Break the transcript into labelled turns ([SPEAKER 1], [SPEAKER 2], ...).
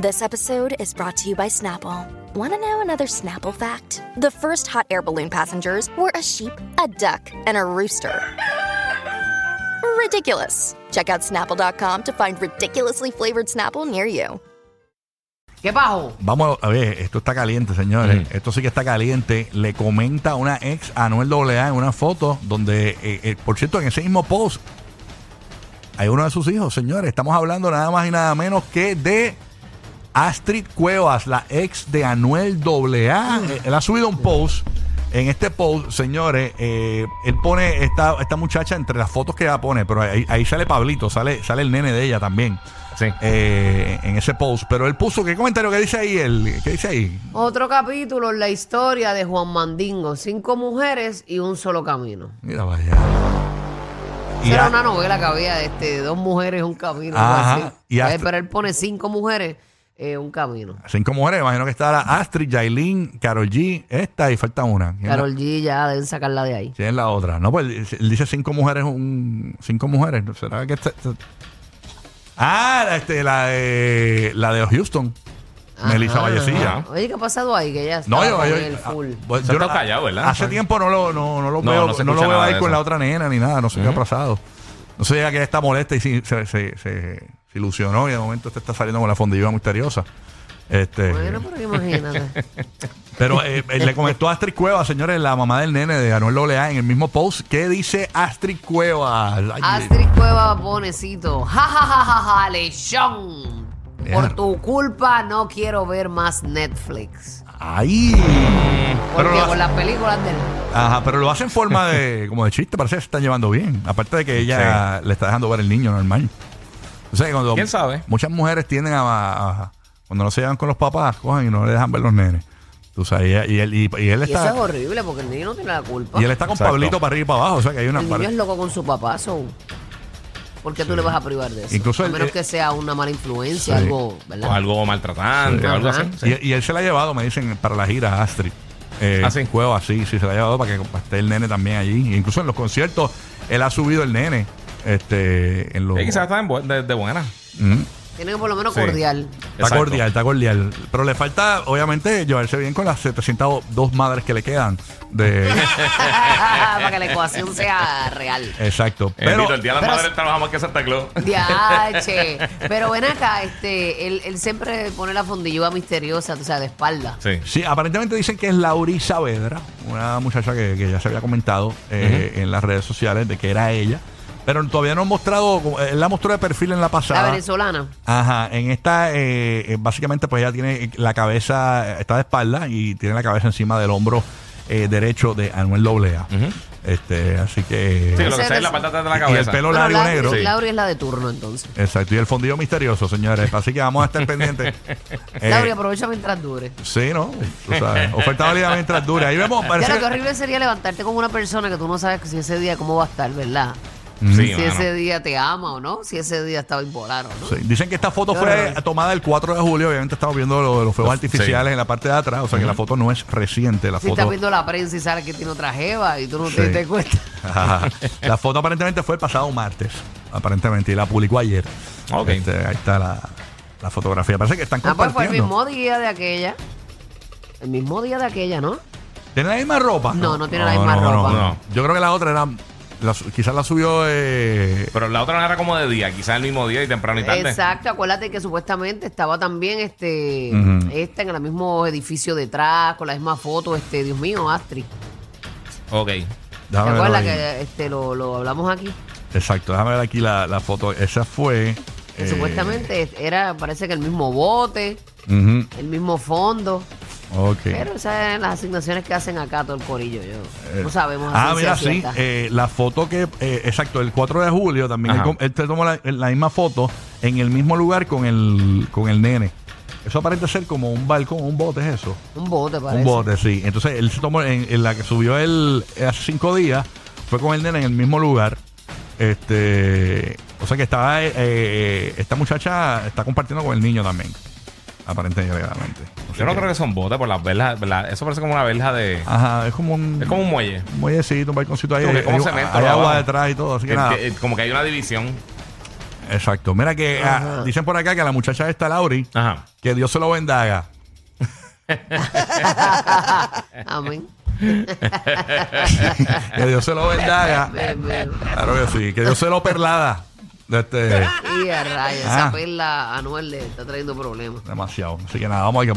[SPEAKER 1] This episode is brought to you by Snapple. Want to know another Snapple fact? The first hot air balloon passengers were a sheep, a duck, and a rooster. Ridiculous. Check out snapple.com to find ridiculously flavored Snapple near you.
[SPEAKER 2] ¿Qué bajo?
[SPEAKER 3] Vamos a ver, esto está caliente, señores. Esto sí que está caliente. Le comenta una ex a Anuel AA en una foto donde, eh, eh, por cierto, en ese mismo post hay uno de sus hijos, señores. Estamos hablando nada más y nada menos que de Astrid Cuevas, la ex de Anuel AA. Eh, Él ha subido un post. En este post, señores, eh, él pone esta, esta muchacha entre las fotos que ella pone, pero ahí, ahí sale Pablito, sale, sale el nene de ella también.
[SPEAKER 4] Sí.
[SPEAKER 3] Eh, en ese post. Pero él puso, ¿qué comentario que dice ahí él? ¿Qué dice ahí?
[SPEAKER 2] Otro capítulo en la historia de Juan Mandingo. Cinco mujeres y un solo camino.
[SPEAKER 3] Mira vaya. Y
[SPEAKER 2] Era
[SPEAKER 3] a-
[SPEAKER 2] una novela que había de este, dos mujeres, un camino. algo
[SPEAKER 3] Ajá,
[SPEAKER 2] así.
[SPEAKER 3] y
[SPEAKER 2] Eh,
[SPEAKER 3] hasta-
[SPEAKER 2] Pero él pone cinco mujeres, eh, un camino.
[SPEAKER 3] cinco mujeres, imagino que estará Astrid, Jailin, Carol G, esta y falta una. ¿Quién,
[SPEAKER 2] Carol
[SPEAKER 3] la,
[SPEAKER 2] G ya deben sacarla de ahí.
[SPEAKER 3] quién es la otra? No, pues él- él dice cinco mujeres, un, cinco mujeres. ¿Será que esta- esta- Ah, la, este, la de la de Houston. Melissa Vallecilla.
[SPEAKER 2] Oye, ¿qué ha pasado ahí? Que ya está
[SPEAKER 3] No, yo, yo,
[SPEAKER 2] el
[SPEAKER 3] ah,
[SPEAKER 2] full.
[SPEAKER 3] bueno,
[SPEAKER 4] Se
[SPEAKER 3] yo
[SPEAKER 4] ha
[SPEAKER 3] no- ah,
[SPEAKER 4] estado callado, ¿verdad?
[SPEAKER 3] Hace tiempo no lo, no, no lo
[SPEAKER 4] No,
[SPEAKER 3] veo,
[SPEAKER 4] no se
[SPEAKER 3] no lo
[SPEAKER 4] escucha
[SPEAKER 3] veo
[SPEAKER 4] nada
[SPEAKER 3] ahí
[SPEAKER 4] de
[SPEAKER 3] con
[SPEAKER 4] eso.
[SPEAKER 3] la otra nena ni nada, no sé qué ha pasado. No sé ya que ella está molesta y sí, se, se- se- se ilusionó y de momento te está saliendo con la fondillura misteriosa. Este,
[SPEAKER 2] Bueno, pero imagínate.
[SPEAKER 3] pero eh, eh, le comentó a Astrid Cuevas, señores, la mamá del nene de Anuel Olea en el mismo post. ¿Qué dice Astrid Cuevas? Ay,
[SPEAKER 2] Astrid Cueva Bonecito. Ja, ja, ja, ja, ja, lechón. Por
[SPEAKER 3] Diablo.
[SPEAKER 2] tu culpa no quiero ver más Netflix.
[SPEAKER 3] Ay. Pero
[SPEAKER 2] Porque
[SPEAKER 3] lo,
[SPEAKER 2] con
[SPEAKER 3] hace-
[SPEAKER 2] las películas del...
[SPEAKER 3] ajá, pero lo hace en forma de como de chiste, parece que se están llevando bien. Aparte de que ella le está dejando ver el niño normal. O sea, que cuando
[SPEAKER 4] ¿Quién sabe?
[SPEAKER 3] Muchas mujeres tienden a, a- cuando no se llevan con los papás, cogen y no le dejan ver los nenes. Tú sabes, y, y él, y- y él
[SPEAKER 2] Y eso es
[SPEAKER 3] está
[SPEAKER 2] horrible porque el niño no tiene la culpa.
[SPEAKER 3] y él está con
[SPEAKER 4] Exacto.
[SPEAKER 3] Pablito para arriba y para abajo, o sea que hay una
[SPEAKER 2] El niño es loco con su papá, son. ¿Por qué tú le vas a privar de eso?
[SPEAKER 3] Incluso
[SPEAKER 2] a
[SPEAKER 3] el-
[SPEAKER 2] menos
[SPEAKER 3] el-
[SPEAKER 2] que sea una mala influencia,
[SPEAKER 3] Sí.
[SPEAKER 2] algo, ¿verdad?
[SPEAKER 4] O algo maltratante
[SPEAKER 2] Sí.
[SPEAKER 4] o algo
[SPEAKER 2] Ajá.
[SPEAKER 4] así. sí.
[SPEAKER 3] Y, y él se la ha llevado, me dicen, para la gira Astrid. Eh,
[SPEAKER 4] ¿Ah, sí?
[SPEAKER 3] Cueva, sí, sí, se la ha llevado para que esté el nene también allí. E incluso en los conciertos, él ha subido el nene. Este, en los,
[SPEAKER 4] Eh, quizás está en bu- de, de buena.
[SPEAKER 3] Mm.
[SPEAKER 2] Tiene que por lo menos
[SPEAKER 4] Sí.
[SPEAKER 2] cordial.
[SPEAKER 3] Está
[SPEAKER 4] Exacto.
[SPEAKER 3] cordial, está cordial. Pero le falta, obviamente, llevarse bien con las 702 madres que le quedan. De,
[SPEAKER 2] Para que la ecuación sea real.
[SPEAKER 3] exacto.
[SPEAKER 4] Pero,
[SPEAKER 3] Pero,
[SPEAKER 4] el día de la
[SPEAKER 2] pero-
[SPEAKER 4] madre trabaja más que Santa Claus.
[SPEAKER 2] Diache. Pero ven acá, este, él, él siempre pone la fondilluda misteriosa, o sea, de espalda.
[SPEAKER 4] Sí.
[SPEAKER 3] sí, aparentemente dicen que es Lauri Saavedra, una muchacha que, que ya se había comentado eh, en las redes sociales de que era ella. Pero todavía no han mostrado, él la mostró de perfil en la pasada.
[SPEAKER 2] La venezolana.
[SPEAKER 3] Ajá, en esta, eh, eh, básicamente, pues ella tiene la cabeza, eh, está de espalda y tiene la cabeza encima del hombro eh, derecho de Anuel AA. Este, así que.
[SPEAKER 4] Sí, lo
[SPEAKER 2] Ese
[SPEAKER 4] que
[SPEAKER 2] es-
[SPEAKER 4] sea es la parte de atrás de
[SPEAKER 3] Y-
[SPEAKER 4] la
[SPEAKER 3] y
[SPEAKER 4] cabeza.
[SPEAKER 3] el pelo-
[SPEAKER 2] Bueno,
[SPEAKER 3] labio
[SPEAKER 2] Laura-
[SPEAKER 3] negro.
[SPEAKER 4] Sí.
[SPEAKER 2] Laura es la de turno, entonces.
[SPEAKER 3] Exacto, y el fondillo misterioso, señores. Así que vamos a estar pendientes. Eh,
[SPEAKER 2] Laura, aprovecha mientras dure.
[SPEAKER 3] sí, ¿no? Tú sabes, oferta válida mientras dure. Ahí vemos, parece
[SPEAKER 2] Claro,
[SPEAKER 3] que-
[SPEAKER 2] qué horrible sería levantarte con una persona que tú no sabes que si ese día cómo va a estar, ¿verdad?
[SPEAKER 4] Sí,
[SPEAKER 2] si
[SPEAKER 4] mano.
[SPEAKER 2] ese día te ama o no, si ese día estaba bipolar o no.
[SPEAKER 3] Sí, Dicen que esta foto
[SPEAKER 2] Qué
[SPEAKER 3] fue
[SPEAKER 2] horror.
[SPEAKER 3] tomada el 4 de julio. Obviamente estamos viendo lo de los fuegos
[SPEAKER 4] Sí.
[SPEAKER 3] artificiales en la parte de atrás. O sea que la foto no es reciente. La
[SPEAKER 2] Si
[SPEAKER 3] foto
[SPEAKER 2] estás viendo la prensa y sabes que tiene otra jeva y tú no te
[SPEAKER 3] Sí.
[SPEAKER 2] diste cuenta.
[SPEAKER 3] Ajá. la foto aparentemente fue el pasado martes, aparentemente, y la publicó ayer.
[SPEAKER 4] Ok.
[SPEAKER 3] Este, ahí está la, la fotografía. Parece que están
[SPEAKER 2] Ah, pues fue el
[SPEAKER 3] compartiendo.
[SPEAKER 2] mismo día de aquella. El mismo día de aquella, ¿no?
[SPEAKER 3] ¿Tiene la misma ropa?
[SPEAKER 2] No, no tiene la misma ropa.
[SPEAKER 4] No.
[SPEAKER 3] Yo creo que la otra era... la su- quizás la subió... eh,
[SPEAKER 4] Pero la otra no era como de día, quizás el mismo día y temprano y tarde.
[SPEAKER 2] Exacto, acuérdate que supuestamente estaba también este
[SPEAKER 3] Ujú.
[SPEAKER 2] esta en el mismo edificio detrás, con la misma foto, este, Dios mío, Astrid.
[SPEAKER 4] Ok.
[SPEAKER 2] ¿Te
[SPEAKER 3] déjame verlo
[SPEAKER 2] acuerdas
[SPEAKER 3] ahí.
[SPEAKER 2] que este, lo, lo hablamos aquí?
[SPEAKER 3] Exacto, déjame ver aquí la, la foto. Esa fue...
[SPEAKER 2] Que
[SPEAKER 3] eh,
[SPEAKER 2] supuestamente era, parece que el mismo bote,
[SPEAKER 3] ujú.
[SPEAKER 2] el mismo fondo.
[SPEAKER 3] eh, Ok.
[SPEAKER 2] Pero esas son las asignaciones que hacen acá todo el corillo. Yo.
[SPEAKER 3] Eh,
[SPEAKER 2] No sabemos. a
[SPEAKER 3] Ah,
[SPEAKER 2] ciencia
[SPEAKER 3] mira, sí.
[SPEAKER 2] cierta.
[SPEAKER 3] eh, la foto que. eh, exacto, el 4 de julio también. Él,
[SPEAKER 4] Ajá.
[SPEAKER 3] com- él te tomó la, la misma foto en el mismo lugar con el, con el nene. Eso aparenta ser como un balcón, un bote, es eso.
[SPEAKER 2] Un bote, parece.
[SPEAKER 3] Un bote, sí. Entonces él se tomó. En, en la que subió él hace cinco días, fue con el nene en el mismo lugar. Este. O sea que estaba. eh, eh, esta muchacha está compartiendo con el niño también. Aparentemente y alegadamente. O sea
[SPEAKER 4] Yo no creo que son botas por las velas, ¿verdad? Eso parece como una verja de.
[SPEAKER 3] Ajá, es como un.
[SPEAKER 4] Es como un muelle.
[SPEAKER 3] un muellecito, un balconcito ahí.
[SPEAKER 4] Como que
[SPEAKER 3] Hay-
[SPEAKER 4] como
[SPEAKER 3] hay-
[SPEAKER 4] cemento,
[SPEAKER 3] hay
[SPEAKER 4] ¿no?
[SPEAKER 3] agua
[SPEAKER 4] Abajo.
[SPEAKER 3] detrás y todo. Así que,
[SPEAKER 4] Que-
[SPEAKER 3] nada.
[SPEAKER 4] que- eh, como que hay una división.
[SPEAKER 3] Exacto. Mira que ah, dicen por acá que a la muchacha esta, Lauri,
[SPEAKER 4] Ajá.
[SPEAKER 3] que Dios se lo bendaga.
[SPEAKER 2] Amén.
[SPEAKER 3] Que Dios se lo bendaga.
[SPEAKER 2] Pero, pero,
[SPEAKER 3] claro que sí. Que Dios se lo perlada. Este,
[SPEAKER 2] Y a rayos,
[SPEAKER 3] Ah.
[SPEAKER 2] esa perla anual le está trayendo problemas.
[SPEAKER 3] demasiado. Así que nada, vamos a ir